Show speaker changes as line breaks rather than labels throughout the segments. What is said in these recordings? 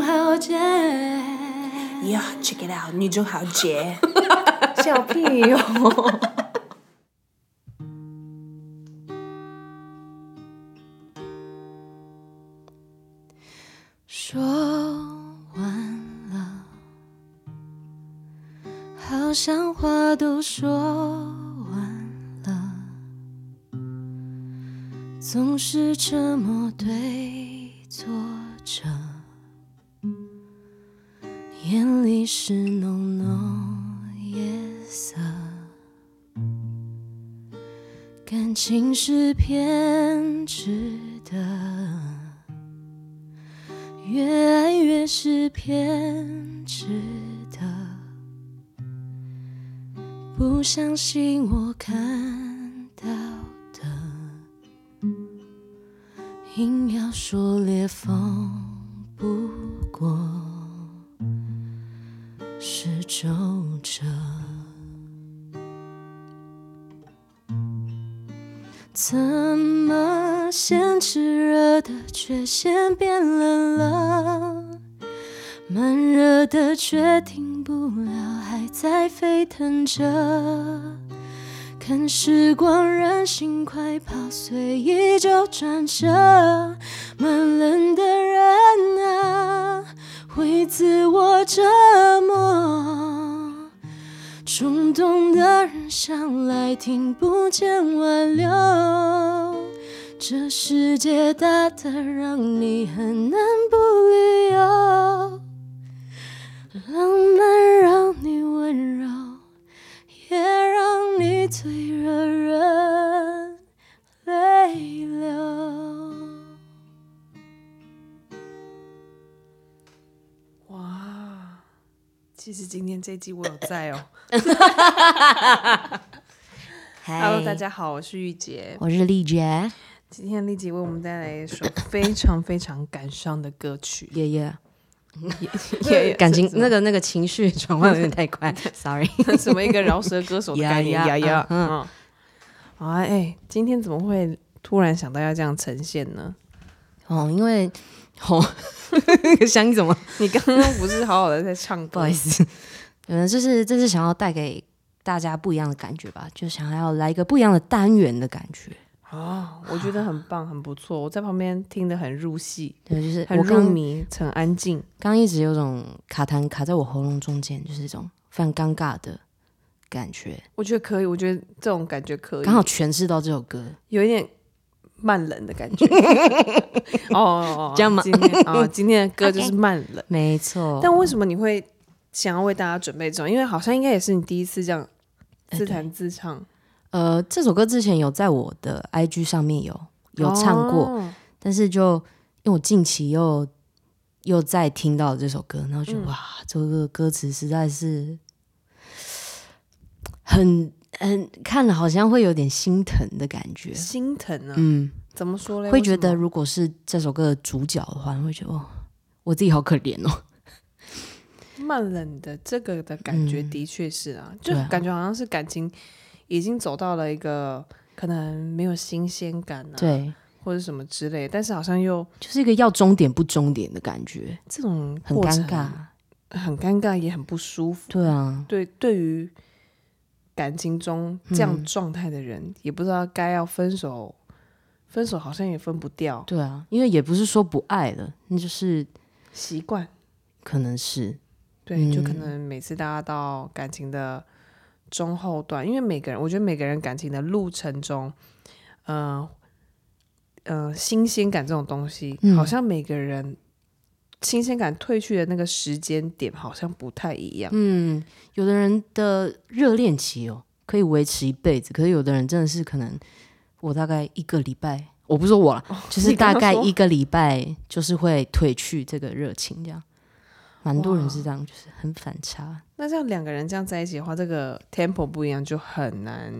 豪杰。
Yeah，check it out，女中豪杰。
笑屁哟、说完了，好像话都说完了，总是沉默对坐着，眼里是浓浓夜色，感情是偏执的。越爱越是偏执的，不相信我看到的，硬要说裂缝不过是皱褶。怎么先炽热的，却先变冷了？慢热的却停不了，还在沸腾着。看时光任性快跑，随意就转折。慢冷的人啊，会自我折磨。冲动的人向来听不见挽留，这世界大得让你很难不理由。浪漫让你温柔，也让你最惹人泪流。
哇，其实今天这集我有在哦。Hello，大，家好，我是玉洁。
我是丽杰，
今天丽姐为我们带来一首非常非常感伤的歌
。
曲
爷爷，
也也
感情
是
那个那个情绪转换有点太 快，sorry。
什么一个饶舌 歌手的概念？
呀
呀
呀
呀，
嗯
嗯，好啊，哎，今天怎么会突然想到要这样呈现呢？
哦，因为哦， 香音怎么？
你刚刚不是好好的在唱
不
歌
好意？思，嗯，就是这是想要带给大家不一样的感觉吧，就想要来一个不一样的单元的感觉。
哦，我觉得很棒，很不错，我在旁边听得很入戏，
对，就是
很
我
入
刚
迷，很安静。
刚一直有种卡痰卡在我喉咙中间，就是一种非常尴尬的感觉，
我觉得可以，我觉得这种感觉可以，
刚好诠释到这首歌。
有一点慢冷 的感觉。哦哦，哦
这样吗
今天 啊、哦，今天的歌就是
OK 哦
慢冷。
没错，
但为什么你会想要为大家准备这种？因为好像应该也是你第一次这样自弹自唱，
呃，这首歌之前有在我的 IG 上面有有唱过，
哦
但是就因为我近期又又再听到这首歌，然后觉得、
嗯
哇，这个歌词实在是 很很看了好像会有点心疼的感觉，
心疼啊！
嗯，
怎么说嘞？
会觉
为
得
什么
如果是这首歌的主角的话，会觉得哦，我自己好可怜 哦，
慢冷的这个的感觉
嗯
的确是啊，就
对啊
感觉好像是感情已经走到了一个可能没有新鲜感啊，，
对，
或者什么之类的，但是好像又
就是一个要终点不终点的感觉，
这种
很
过
尴
程
尬，，
很尴尬，也很不舒服。
对啊，
对，对于感情中这样
嗯
状态的人，也不知道该要分手，分手好像也分不掉，
对啊，因为也不是说不爱了，那就是
习惯。
可能是
对，就可
嗯
能每次大家到感情的中后段，因为每个人，我觉得每个人感情的路程中，嗯、嗯、新鲜感这种东西，
嗯
好像每个人新鲜感褪去的那个时间点好像不太一样。
嗯，有的人的热恋期哦，可以维持一辈子，可是有的人真的是可能，我大概一个礼拜，我不是说我了，就是
你刚
大
刚
概
说
一个礼拜就是会褪去这个热情，这样，蛮多人是这样，就是很反差。
那这样两个人这样在一起的话，这个 tempo 不一样，就很难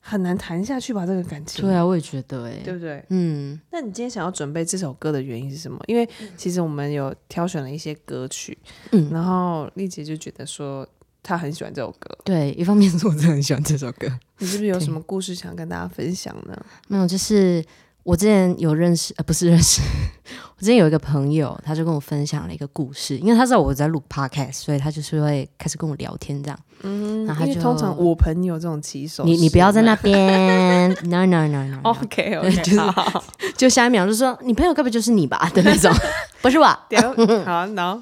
很难谈下去吧？这个感情，
对啊，我也觉得哎、
对不对？
嗯，
那你今天想要准备这首歌的原因是什么？因为其实我们有挑选了一些歌曲，
嗯
然后丽姐就觉得说她很喜欢这首歌，
对，一方面是我真的很喜欢这首歌，
你是不是有什么故事想跟大家分享呢？
没有，就是我之前有认识，呃，不是认识， 我之前有一个朋友，他就跟我分享了一个故事，因为他知道我在录 podcast，所以他就是会开始跟我聊天这样。
嗯，
然后他
因为通常
就
我朋友这种骑手，
你你不要在 那 边，no no no no，, no
OK OK，
就是
好，好
哦就下一秒就说你朋友该不会就是你吧的那 种，不是吧？
等一下好，然后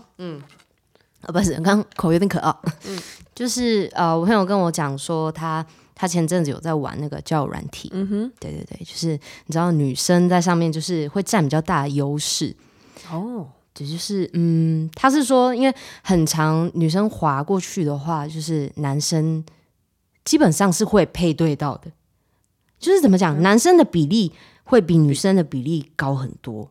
啊，不是，刚刚口有点渴啊。就是呃，我朋友跟我讲说他，他前阵子有在玩那个交友软体，
嗯哼，
对对对，就是你知道女生在上面就是会占比较大的优势，
哦，
对，就是嗯，他是说，因为很长女生滑过去的话，就是男生基本上是会配对到的，就是怎么讲，男生的比例会比女生的比例高很多，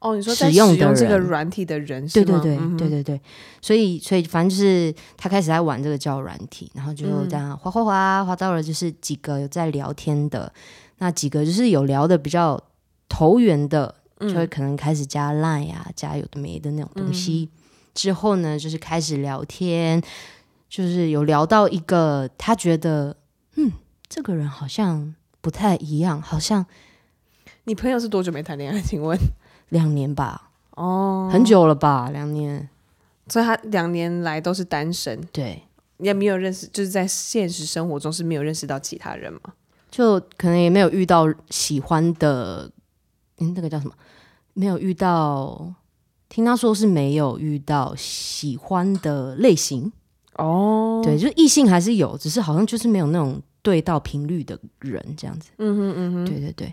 哦，你说在
使
使
用的
用这个
人
软体的人是
对对
吗？
对、
嗯哼
对对对，所以所以反正就是他开始在玩这个交友软体，然后就这
嗯
样滑滑滑滑到了就是几个有在聊天的，那几个就是有聊的比较投缘的，就
嗯
会可能开始加 Line 啊，加有的没的那种东西。
嗯
之后呢，就是开始聊天，就是有聊到一个他觉得，嗯，这个人好像不太一样，好像
你朋友是多久没谈恋爱？请问？
两年吧，
哦，
很久了吧，两年，
所以他两年来都是单身，
对。
也没有认识，就是在现实生活中是没有认识到其他人嘛？
就可能也没有遇到喜欢的，嗯，那个叫什么？没有遇到，听他说是没有遇到喜欢的类型，
哦，
对，就异性还是有，只是好像就是没有那种对到频率的人这样子，
嗯哼嗯哼，
对对对，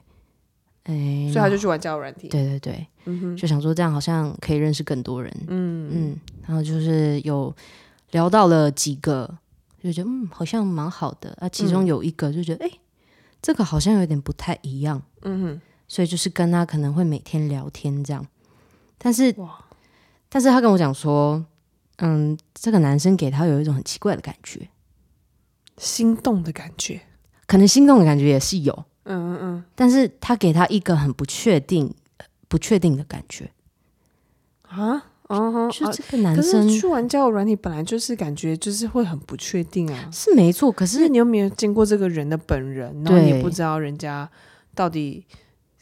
哎、
所以他就去玩交友软体，
对对对，
嗯哼，
就想说这样好像可以认识更多人，
嗯
嗯，然后就是有聊到了几个，就觉得嗯好像蛮好的啊，其
嗯
中有一个就觉得哎、诶这个好像有点不太一样。
嗯哼，
所以就是跟他可能会每天聊天这样。但是
哇，
但是他跟我讲说，嗯，这个男生给他有一种很奇怪的感觉，
心动的感觉，
可能心动的感觉也是有，
嗯嗯嗯，
但是他给他一个很不确定、呃不确定的感觉，
啊，嗯哼，
就
啊
这个男
可
生
是去玩交友软体本来就是感觉就是会很不确定啊，
是没错，可
就是
是
你又没有见过这个人的本人，然后你也
对
不知道人家到底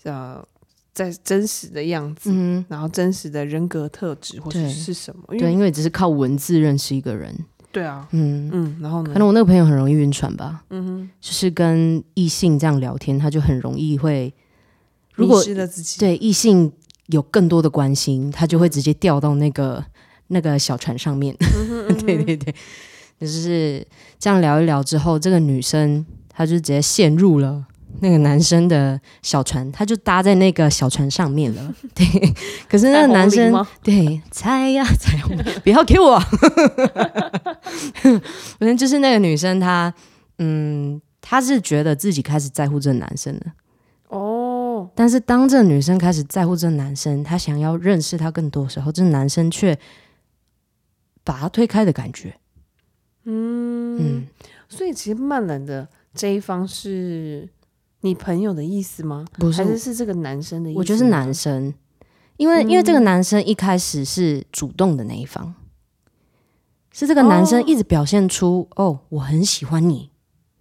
呃在真实的样子，
嗯，
然后真实的人格特质或
对
是是什么，因
对，
为
因为只是靠文字认识一个人，
对啊，
嗯。
嗯，然后呢
可，能我那个朋友很容易晕船吧，
嗯哼，
就是跟异性这样聊天，他就很容易会，如果
迷失了自己，
对异性有更多的关心，他就会直接掉到那个那个小船上面。
嗯
对对对，就是这样聊一聊之后，这个女生她就直接陷入了那个男生的小船，她就搭在那个小船上面了。 对，可是那
彩
个
虹
男生
铃吗
对，猜呀、彩虹，不要给我。反正就是那个女生她，嗯，她是觉得自己开始在乎这个男生了。
哦，
但是当这个女生开始在乎这个男生，她想要认识他更多的时候，这男生却把她推开的感觉。
嗯，
嗯，
所以其实慢冷的这一方是你朋友的意思吗？
不
还是
是，
是这个男生的意思？
我觉得是男，生，因为、因为这个男生一开始是主动的那一方，是这个男生
哦
一直表现出哦我很喜欢你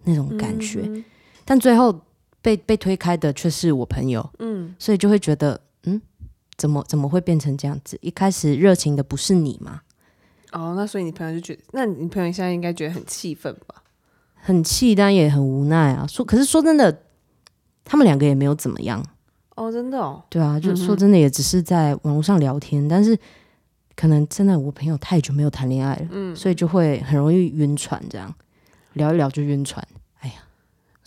那种感觉，
嗯
但最后被被推开的却是我朋友，
嗯
所以就会觉得嗯，怎么怎么会变成这样子？一开始热情的不是你吗？
哦，那所以你朋友就觉得，那你朋友现在应该觉得很气愤吧？
很气，但也很无奈啊。说，可是说真的，他们两个也没有怎么样，
哦，真的哦，
对啊，就
嗯哼
说真的，也只是在网络上聊天，但是可能真的我朋友太久没有谈恋爱了，
嗯，
所以就会很容易晕船，这样聊一聊就晕船。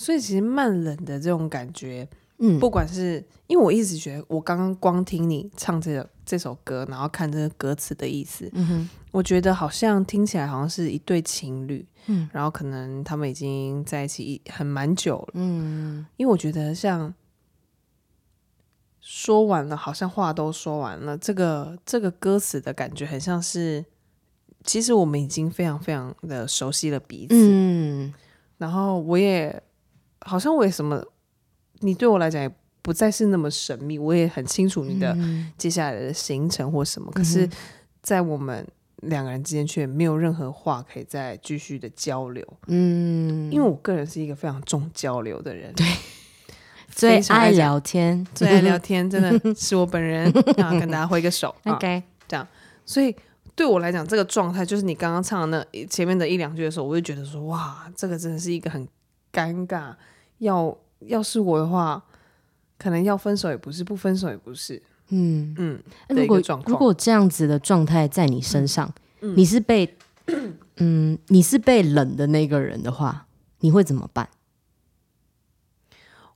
所以其实慢冷的这种感觉，
嗯，
不管是因为我一直觉得，我刚刚光听你唱这个这首歌，然后看这个歌词的意思，
嗯哼，
我觉得好像听起来好像是一对情侣，
嗯
然后可能他们已经在一起一很蛮久了，
嗯，
因为我觉得像说完了，好像话都说完了，这个这个歌词的感觉很像是，其实我们已经非常非常的熟悉了彼此，
嗯，
然后我也好像我也什么，你对我来讲也不再是那么神秘，我也很清楚你的接下来的行程或什么，可是，在我们两个人之间却没有任何话可以再继续的交流，
嗯，
因为我个人是一个非常重交流的人，对，
最
非常
爱
爱讲
聊天。
最爱聊天，真 的是我本人啊，跟大家挥个 手 啊。
OK，
所以对我来讲，这个状态就是你刚刚唱的那前面的一两句的时候，我就觉得说，哇，这个真的是一个很尴尬。要要是我的话，可能要分手也不是，不分手也不是。
嗯，
嗯，
那
的
如
一
果
个状况嗯
如果这样子的状态在你身上，你是被嗯你是被冷的那个人的话，你会怎么办？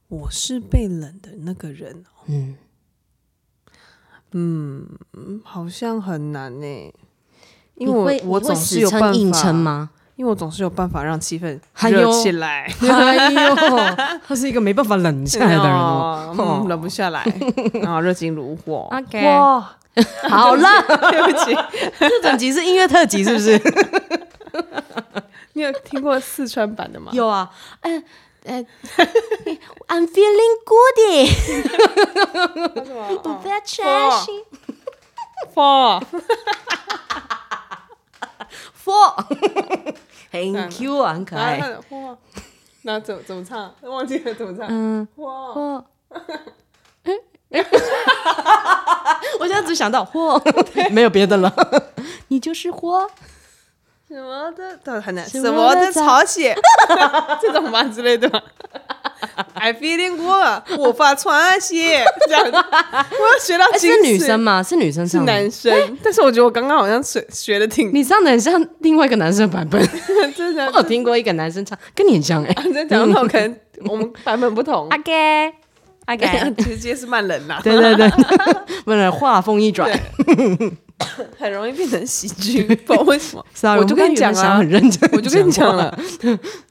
我是被冷的那个人，哦
嗯，
嗯好像很难呢、因
你
为
会
我我
你会
总
死
是有
撑
办
硬撑
法，
吗？
因为我总是有办法让气氛
哎呦
热起来。
哎呦， 他是一个没办法冷下来的人哦。
哦，嗯忍不 下来，然后热情如火。
OK
哇，
哦好了，
对不起，
这整集是音乐特辑是不 是？
你有听过四川版的吗？
有啊，
呃
哎 哎，I'm feeling good，我
哦
不要担心。
哇，
Four，很 Q 啊，很可
然
爱。
后他哇，那怎么怎么唱？忘记了怎么唱。
嗯，
哇，
嚯！ 我现在只想到 嚯，没有别的了。你就是嚯，
什么的，对很难，
什
什
么
么
的
的朝鲜， 这种吧之类的 吧。I feeling good，我发川西，这样子，我要学到
哎，
精
是女
髓
生吗？是女生
是
唱的，
男生，但是我觉得我刚刚好像学学的挺，
你唱的很像另外一个男生版 本。
真的
我有听过一个男生唱，跟你很 像哎、
真的讲到可能我们版本不同，
OK OK，
直接是慢人啦，
嗯对对 对，不然话锋一转。
很容易变成喜剧，不知道为什么。
Sorry，
我就跟你讲
啊，
啊
很，认真，
我就跟你讲，了，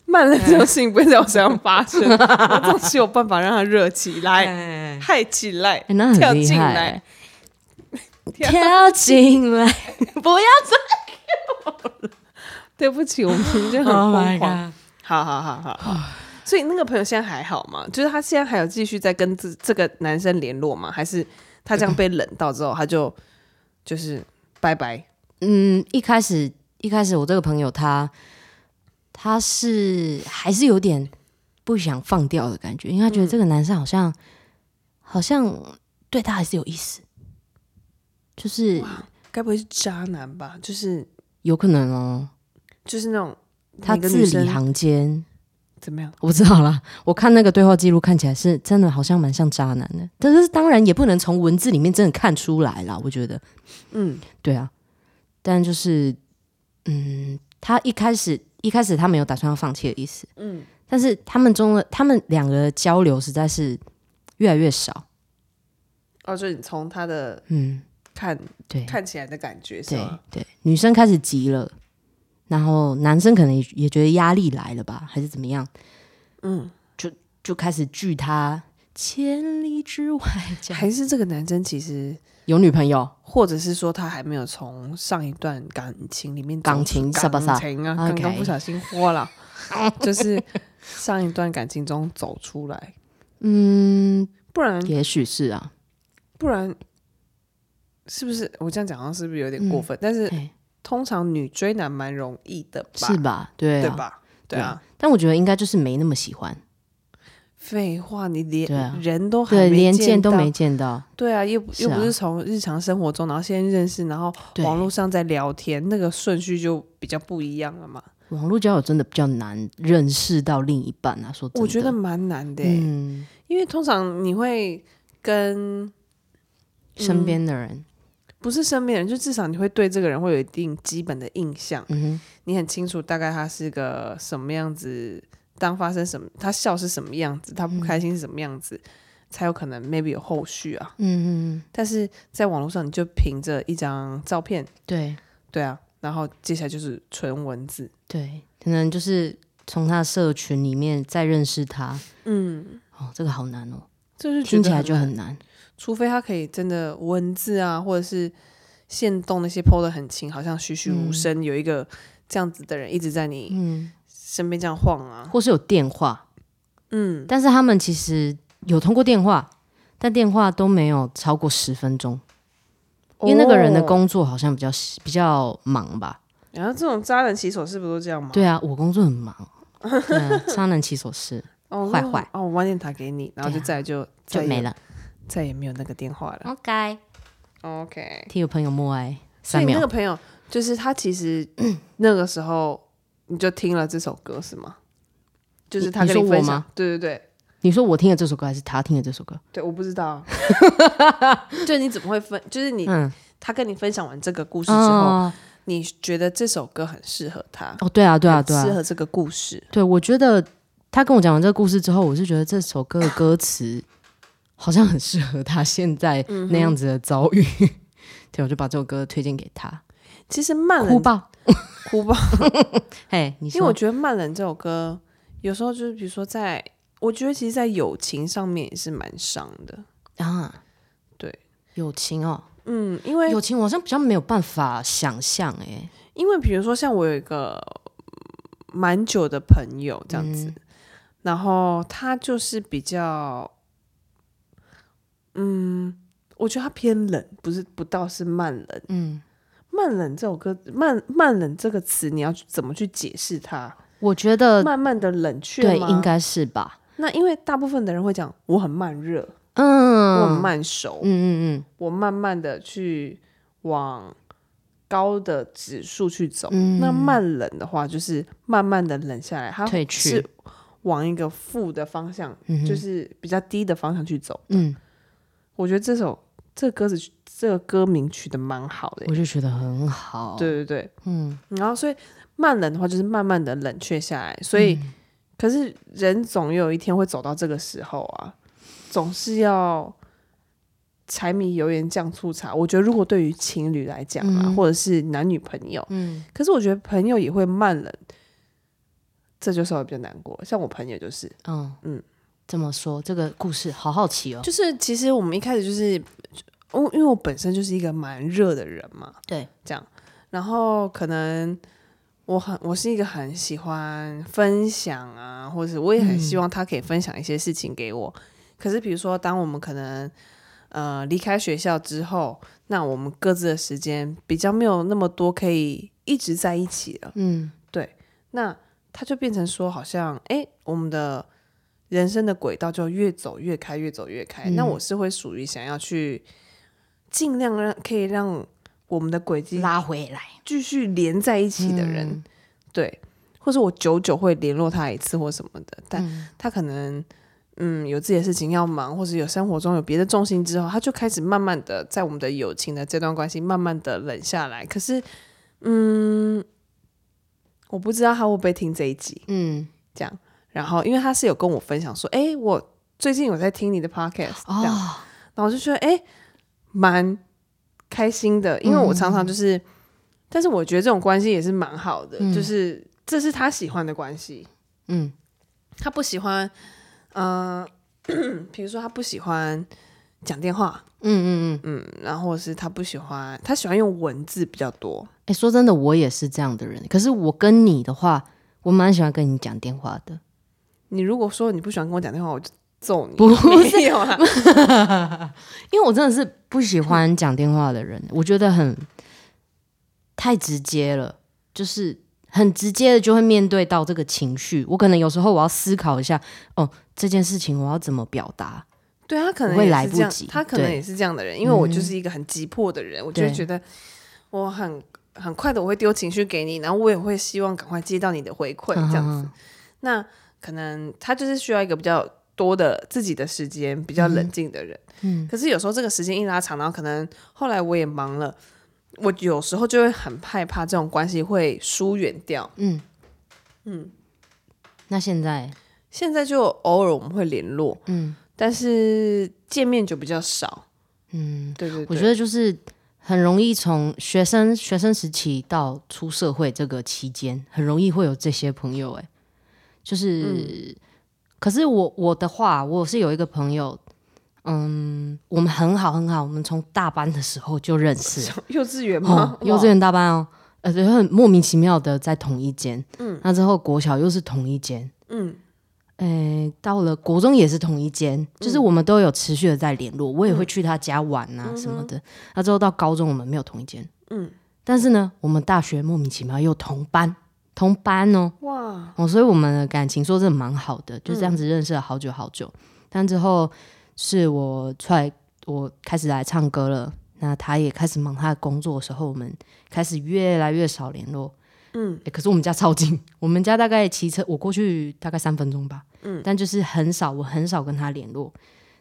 慢人这种事情不会在我身上发生， 我总是有办法让它热起来、
哎，
嗨起来、
哎那很
跳
厉
进
害
来。
跳进 来，不要
对不起，我们 就
这
很
样
疯狂。好好好好好。所以那个朋友现在还好吗？就是他现在还有继续在跟这这个男生联络吗？还是他这样被冷到之后，他就就是拜拜？
嗯，一开始一开始我这个朋友他他是还是有点不想放掉的感觉，因为他觉得这个男生好像、好像对他还是有意思，就是
该不会是渣男吧？就是
有可能哦，
就是那种
他
每个
字
女生
里行间。
怎么样？
我不知道啦， 我看那个对话记录看起来是真的，好像蛮像渣男的。但是当然也不能从文字里面真的看出来啦，我觉得，
嗯，
对啊。但就是，嗯，他一开始一开始他没有打算要放弃的意思，嗯。但是他们中的他们两个的交流实在是越来越少，
哦，就是你从他的
嗯，
看
对
看起来的感觉是
对
吗？
对，女生开始急了，然后男生可能也也觉得压力来了吧，还是怎么样，
嗯，
就开始拒他千里之外，这样
还是这个男生其实，
有女朋友。
或者是说他还没有从上一段感情里面走出
感情是不是
感情啊，
OK
刚刚不小心豁了，就是上一段感情中走出来，
嗯，
不然
也许是啊。
不然是不是我这样讲好像是不是有点过分？但是
嗯嘿
通常女追男蛮容易的吧？
是吧？对
对
啊，
吧？对
对
啊
啊。但我觉得应该就是没那么喜欢，
废话，你
对啊
连人都还
对，
没
连见
见
都
到
没见到，
对啊，又不
是
又
啊
不是从日常生活中，然后先认识，然后
对
网络上再聊天，那个顺序就比较不一样了嘛。
网络交友真的比较难认识到另一半啊。说真的，
我觉得蛮难的欸、
嗯，
因为通常你会跟
身边的人，
不是身边人，就至少你会对这个人会有一定基本的印象，
嗯
你很清楚大概他是个什么样子，当发生什么，他笑是什么样子，他不
嗯
开心是什么样子，才有可能 maybe 有后续啊
哼。嗯嗯，
但是在网络上，你就凭着一张照片，
对
对啊，然后接下来就是纯文字。
对，可能就是从他的社群里面再认识他。
嗯，
哦，这个好难哦，
就是觉
听
得
起来就
难，
很难。
除非他可以真的文字啊，或者是线动那些剖的很轻，好像栩栩如生，有一个这样子的人一直在你
嗯，
身边这样晃啊。
或是有电话，
嗯，
但是他们其实有通过电话，但电话都没有超过十分钟。因为那个人的
哦，
工作好像比较比较忙吧？啊
然后这种渣男骑手是不是都这样吗？
对啊，我工作很忙，对啊，渣男骑手是
哦
坏坏
哦，我晚点打给你，然后就
对啊
再也就
就
再也
没， 了。
再也没有那个电话了。
OK，哦
OK，
替我朋友默哀
所
三
以你
秒
那个。朋友就是他，其 实那个时候你就听了这首歌是吗？就是他
你
跟
你说
分
我
享
吗，
对对对
你说我听了这首歌还是他听了这首歌？
对，我不知道 啊，就你怎么会分？就是你
嗯，
他跟你分享完这个故事之后，
哦
你觉得这首歌很适合他，
哦，对啊，对啊，对
很适
啊，
合这个故事，
对，我觉得他跟我讲完这个故事之后，我是觉得这首歌的歌词好像很适合他现在
嗯
那样子的遭遇， 对，我就把这首歌推荐给他，
其实慢
哭
冷
吧，
哭吧，
嘿，你
因为我
说，
觉得《慢冷》这首歌，有时候就是比如说在，我觉得其实，在友情上面也是蛮伤的。
啊，
对，
友情哦，
嗯，因为
友情我好像比较没有办法想象哎、
因为比如说像我有一个嗯蛮久的朋友这样子，
嗯
然后他就是比较，嗯，我觉得他偏冷，不是不到是慢冷。
嗯，
慢冷这首歌，慢慢冷这个词，你要去怎么去解释它？
我觉得
慢慢的冷却
对，
吗
应。该是吧，
那因为大部分的人会讲我很慢热，我很
嗯，
慢熟，
嗯嗯
我慢慢的去往高的指数去走。
嗯
那慢冷的话，就是慢慢的冷下来，它
退去
是往一个负的方向，
嗯，
就是比较低的方向去走。
嗯，
我觉得这首这个歌词这个歌名取得蛮好的
我
耶，
就觉得很好，
对，对对。
哦嗯，
然后所以慢冷的话，就是慢慢的冷却下来。所以，
嗯
可是人总有一天会走到这个时候啊，总是要柴米油盐酱醋茶。我觉得如果对于情侣来讲啊，
嗯
或者是男女朋友，
嗯，
可是我觉得朋友也会慢冷，这就稍微比较难过。像我朋友就是，
嗯
嗯
嗯，这么说这个故事好好奇哦。
就是其实我们一开始就是，我因为我本身就是一个蛮热的人嘛，
对，
这样，然后可能我很我是一个很喜欢分享啊，或者是我也很
嗯
希望他可以分享一些事情给我。可是比如说，当我们可能呃离开学校之后，那我们各自的时间比较没有那么多可以一直在一起了，
嗯
那他就变成说，好像哎、诶我们的人生的轨道就越走越开，越走越开。那
嗯
我是会属于想要去尽量让可以让我们的轨迹
拉回来
继续连在一起的人，
嗯
对，或是我久久会联络他一次或什么的，但
嗯
他可能嗯有自己的事情要忙，或者有生活中有别的重心之后，他就开始慢慢的在我们的友情的这段关系慢慢的冷下来。可是，嗯，我不知道他会不会听这一集，
嗯
这样，然后因为他是有跟我分享说，诶，我最近有在听你的 podcast，这样，
哦，
然后我就觉得哎，诶蛮开心的，因为
嗯
我常常就是，但是我觉得这种关系也是蛮好的，
嗯
就是这是他喜欢的关系，
嗯
他不喜欢，嗯、 比如说他不喜欢讲电话，
嗯嗯嗯，
嗯，然后或是他不喜欢，他喜欢用文字比较多，
哎，说真的，我也是这样的人。可是我跟你的话，我蛮喜欢跟你讲电话的。
你如果说你不喜欢跟我讲电话，我就揍你，
不是
没有啊，
因为我真的是不喜欢讲电话的人，我觉得很太直接了，就是很直接的就会面对到这个情绪。我可能有时候我要思考一下，哦，这件事情我要怎么表达？
对他可能
我会
也
来
是
不
这样
及，
他可能
对嗯
也是这样的人，因为我就是一个很急迫的人，我就会
对
觉得我很很快的我会丢情绪给你，然后我也会希望赶快接到你的回馈
嗯
这样子。那可能他就是需要一个比较多的自己的时间，比较冷静的人。
嗯
可是有时候这个时间一拉长，然后可能后来我也忙了，我有时候就会很害怕这种关系会疏远掉。
嗯嗯。那现在，
现在就偶尔我们会联络，
嗯
但是见面就比较少。
嗯。
对对对，
我觉得就是很容易从学生学生时期到出社会这个期间，很容易会有这些朋友、欸。
嗯
就是，可是我我的话，我是有一个朋友，嗯，我们很好很好，我们从大班的时候就认识了，
幼稚园吗
哦？，幼稚园大班哦。呃，就很莫名其妙的在同一间，
嗯
嗯，那之后国小又是同一间，
嗯，
诶，到了国中也是同一间，就是我们都有持续的在联络，我也
嗯
会去他家玩啊什么的。那、之后到高中我们没有同一间，
嗯
嗯，但是呢，我们大学莫名其妙又同班同班哦，
哇，嗯
哦，所以我们的感情说真的蛮好的，就这样子认识了好久好久。但之后是我出来，我开始来唱歌了，那他也开始忙他的工作的时候，我们开始越来越少联络。
嗯
欸，可是我们家超近，我们家大概骑车我过去大概三分钟吧。嗯，但就是很少，我很少跟他联络。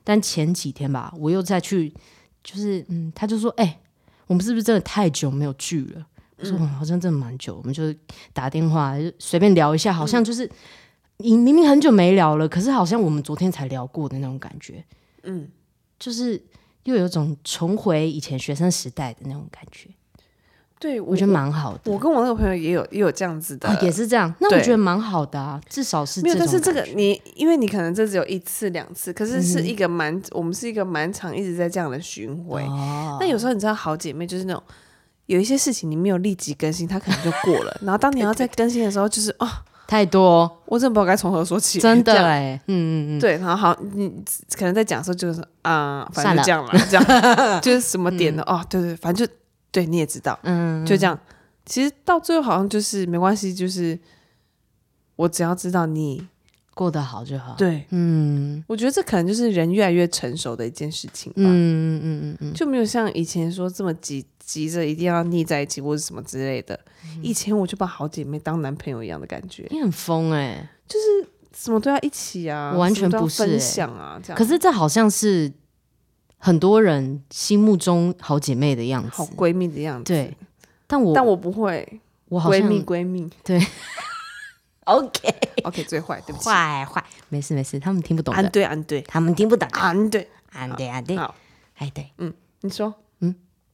但前几天吧，我又再去，就是嗯，他就说：“哎、我们是不是真的太久没有聚了？”我说：“嗯、好像真的蛮久。”我们就打电话就随便聊一下，好像就是、你明明很久没聊了，可是好像我们昨天才聊过的那种感觉。
嗯，
就是又有一种重回以前学生时代的那种感觉，
对，
我觉得蛮好的。
我跟我那个朋友也有也有这样子的，
啊，也是这样，那我
对
觉得蛮好的啊，至少是
没有，
种
但是这个
感觉嗯
你，因为你可能这只有一次两次，可是是一个蛮，我们是一个蛮长一直在这样的巡回。
哦
那有时候你知道，好姐妹就是那种有一些事情你没有立即更新，它可能就过了， 然后当你要再更新的时候，就是哦，
太多，
我真的不知道该从何说起，
真的
这样。
哎，嗯嗯嗯，
对，然后好，你可能在讲的时候就是啊、反
算
正
了
就这样了，这样 就是什么点的、哦，对对，反正就对你也知道，
嗯，
就这样。其实到最后好像就是没关系，就是我只要知道你
过得好就好，，
对
嗯
我觉得这可能就是人越来越成熟的一件事情吧，
嗯嗯嗯嗯，
就没有像以前说这么急急着一定要腻在一起或者什么之类的。
嗯
以前我就把好姐妹当男朋友一样的感觉，
你很疯哎，
什么都要一起啊，
我完全
什么都要
不是欸
分享啊，这样。
可是这好像是很多人心目中好姐妹的样
好
子，
闺蜜的样子，
对，，但我
但我不会
我好
闺
像
蜜 闺蜜
OK，
，OK 最坏，对不起，
坏坏，没事没事，他们听不懂
安
的，
对安对
他们听不懂，
安对，
安对安对，
好，
哎对，
你说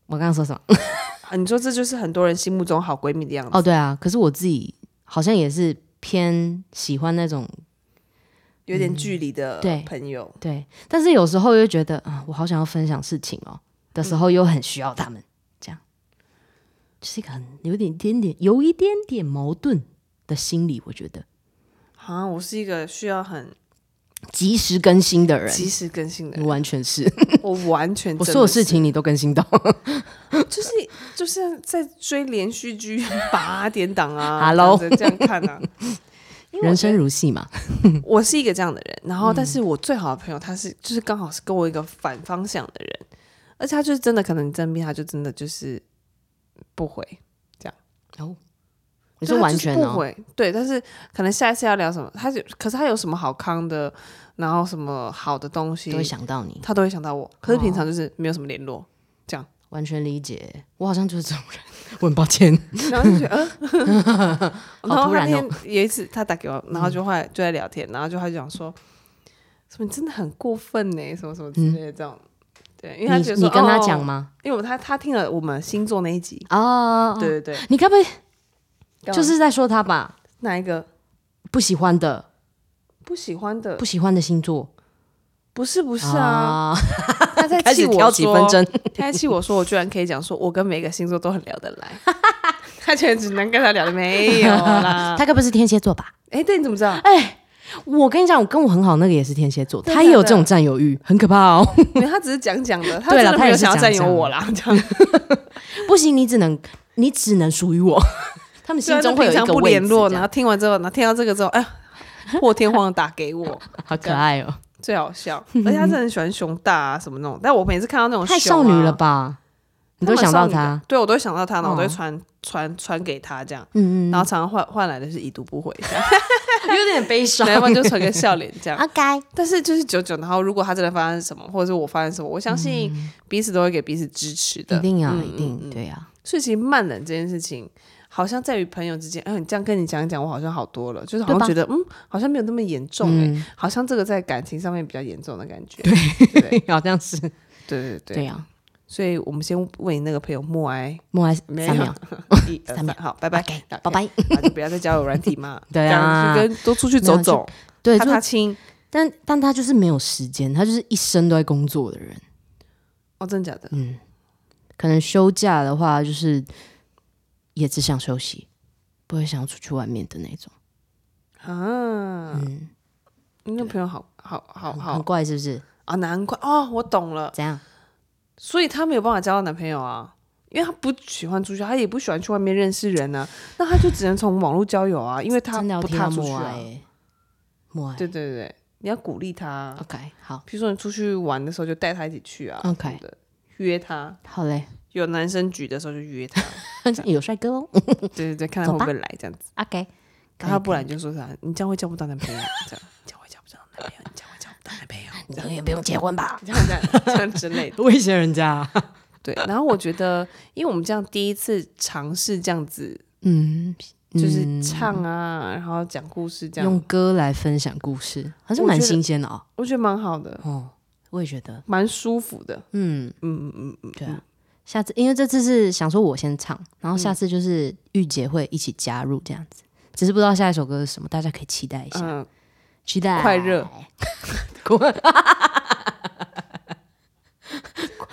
我刚刚说什么？
啊你说这就是很多人心目中好闺蜜的样子，
哦，对啊，可是我自己好像也是偏喜欢那种
有点距离的
嗯对
朋友，
对，但是有时候又觉得啊、我好想要分享事情哦的时候，又很需要他们，这样就是一个很有点点点有一点点矛盾的心理，我觉得
啊，我是一个需要很
及时更新的人，
及时更新的
你
人，
完全 是
我完全
我
真
所有
的
事
是
情你都更新到，
就是就是在追连续剧 八点档啊
Hello
这样子这样看 啊。因为我
人生
觉啊
如戏嘛，
得我是一个这样的人，然
嗯
后但是我最好的朋友他是就是刚好是跟我一个反方向的人，而且他就是真的可能你真逼他就真的就是不回，
你
对
说
他
完
就是
全
不
哦，
回，对，但是可能下一次要聊什么，他就可是他有什么好康的，然后什么好的东西
都，会想到你，
他都会想到我，可是平
哦
常就是没有什么联络，
完全理解。我好像就是这种人，我很抱歉。
然后就觉得，嗯 然
好
后
突
他那
然哦
天有一次他打给我，然后就后来就在聊天，然后就他就讲说，什么你真的很过分呢，什么什么之类的这种，对，因为他
你
觉得
你
说
跟他
哦
讲吗？
因为我他他听了我们星座那一集，
哦，哦，
对对对，
你该不会
干嘛
就是在说他吧？
哪一个
不喜欢的，
不喜欢的
不，喜欢的星座。
不是不是
啊，
啊，他在
开
气
始
我
挑起纷
说，
争。
他在气我说我居然可以讲说我跟每个星座都很聊得来，他觉得只能跟他聊的没有 啦，
他该不是天蝎座吧？
哎，对，你怎么知道？
哎，我跟你讲，我跟我很好那个也是天蝎座，
真的
他也有这种占有欲，很可怕哦。
没有，他只是讲讲的，他
对
真
啦
的
他
没
也
有
是
想要
讲
占有
讲
我啦，这样。
不行，你只能你只能属于我。 他们心
心
中
中
会有
会有
一
一
个
个
位置
联络，
这
然后
样
听完之后，然后听到这个之后，哎呀，破天荒地打给我，
好可爱哦，
最好 笑。而且他真的很喜欢熊大啊什么那种，但我每次看到那种
太
熊
少
啊
女了？吧？你都
蛮
想到
少女的
他，
对我都会想到他，然后我都
哦
会传传传给他这样，
嗯嗯，嗯
然后常常换换来的是已读不回 这样，
有点悲 伤
然后就传个笑脸这样。
OK，
但是就是久久，然后如果他真的发生什么，或者是我发生什么，我相信彼此都会给彼此支持的
嗯一。定啊，
嗯
一定对啊。
所以其实慢冷这件事情，好像在于朋友之间，哎、你这样跟你讲一讲，我好像好多了，就是好
对吧
像觉得嗯，好像没有那么严重哎、
嗯，
好像这个在感情上面比较严重的感觉。对对对
好像是
对对
对啊。
所以我们先问你那个朋友默哀
默哀三
没有
秒，
一二
三秒
好，拜拜
OK，拜，
好
拜。，
啊就不要再交友软体嘛
对
这
啊
样去跟多出去走走，
对，
踏
就
踏青。
但但他就是没有时间，他就是一生都在工作的人。
哦，真的假的？
嗯，可能休假的话，就是也只想休息，不会想要出去外面的那种。
啊，
嗯，
你那个朋友好好哦好
很嗯很
好
怪是不是？
啊，难怪哦，我懂了，
怎样？
所以他没有办法交到男朋友啊，因因为他不喜欢出去，他也不喜欢去外面认识人啊，那他就只能从网络交友啊，因为他
真的要
不
听
踏
到
出去
默哀
啊。
欸，默哀。
对对对，你要鼓励他啊，
OK，好，
比如说你出去玩的时候就带他一起去啊
OK
什么的约他，
好 嘞，
有男生局的时候就约他，
有帅哥哦。
对对对，看他会不会来这样子。
OK，
然后他不然就说啥，你这样会交不到男 朋友，啊这样你这样会交不到男朋友，你这样会交不到男朋友，
你永远不用结婚 吧？
这样这样这样之类的。
威胁人
啊
家，
对，然后我觉得，因为我们这样第一次尝试这样子，
嗯，
就是唱啊，然后讲故事这
用
样，
歌来分享故事，还是
我
蛮
觉得
新鲜的哦。
我觉得蛮好的，
哦，我也觉得，
蛮舒服的。
嗯，
嗯嗯嗯
对啊。下次因为这次是想说我先唱，然
嗯
后下次就是玉姐会一起加入这样子，只是不知道下一首歌是什么，大家可以期待一下，
嗯
期待
快乐，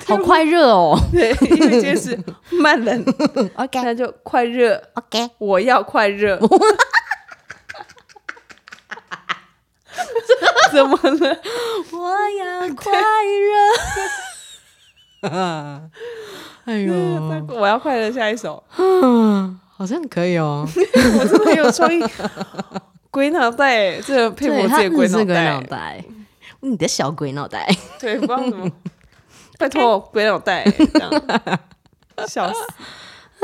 好快热哦。
嗯，对，因为今 天是慢冷，OK，那就快热
OK，
我要快 热。怎么了？
我要快乐。 哎呦，
我要快乐，下一首。
好像可以 哦。
我真的很有创意， 鬼脑袋，这个佩服我
对
自己的
他
鬼
是
脑
鬼脑
袋。
袋，你的小鬼脑袋。
对，不知道怎么，拜托
哎
鬼脑袋，这样 笑死。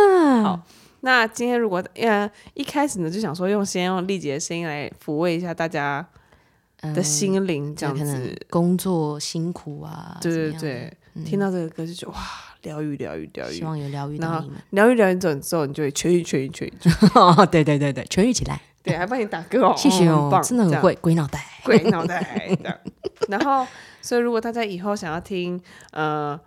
啊
好，那今天如果呃一开始呢，就想说用先用丽姐的声音来抚慰一下大家的心灵，这
嗯就
样
可能
子。
工作辛苦啊，
对对
怎么样
对，听到这个歌就觉得哇，疗愈疗愈疗
的，
愈
希。望有疗愈
然
到
后
你们。
疗愈疗愈走之后，你就会痊愈痊愈痊愈，痊愈
对对对对，痊愈起来，
对，还帮你打歌哦，
谢谢
很
哦
棒，
真的
这
很
样
会鬼脑袋。
鬼脑袋这样。然后，所以如果大家以后想要听，呃，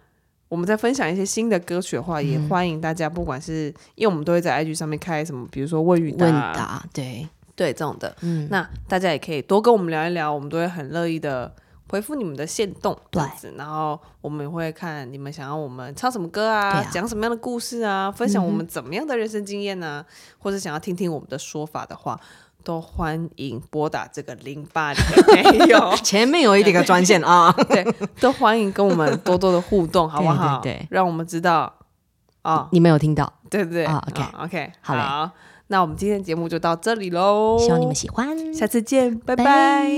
我们再分享一些新的歌曲的话，也
嗯
欢迎大家，不管是因为我们都会在 IG 上面开什么，比如说问与答，
问答对，
对这种的，
嗯，
那大家也可以多跟我们聊一聊，我们都会很乐意的。回复你们的线动这样子，然后我们也会看你们想要我们唱什么歌啊，
对啊
讲什么样的故事啊，分享我们怎么样的人生经验
嗯
啊，或者想要听听我们的说法的话，都欢迎拨打这个零八零 没有，
前面有一点个专线啊，
对，都欢迎跟我们多多的互动，好不好？
对对
让我们知道啊、
你没有听到，
对对对
啊，OK
OK，
好嘞
好，那我们今天的节目就到这里喽，
希望你们喜欢，
下次见，拜
拜
拜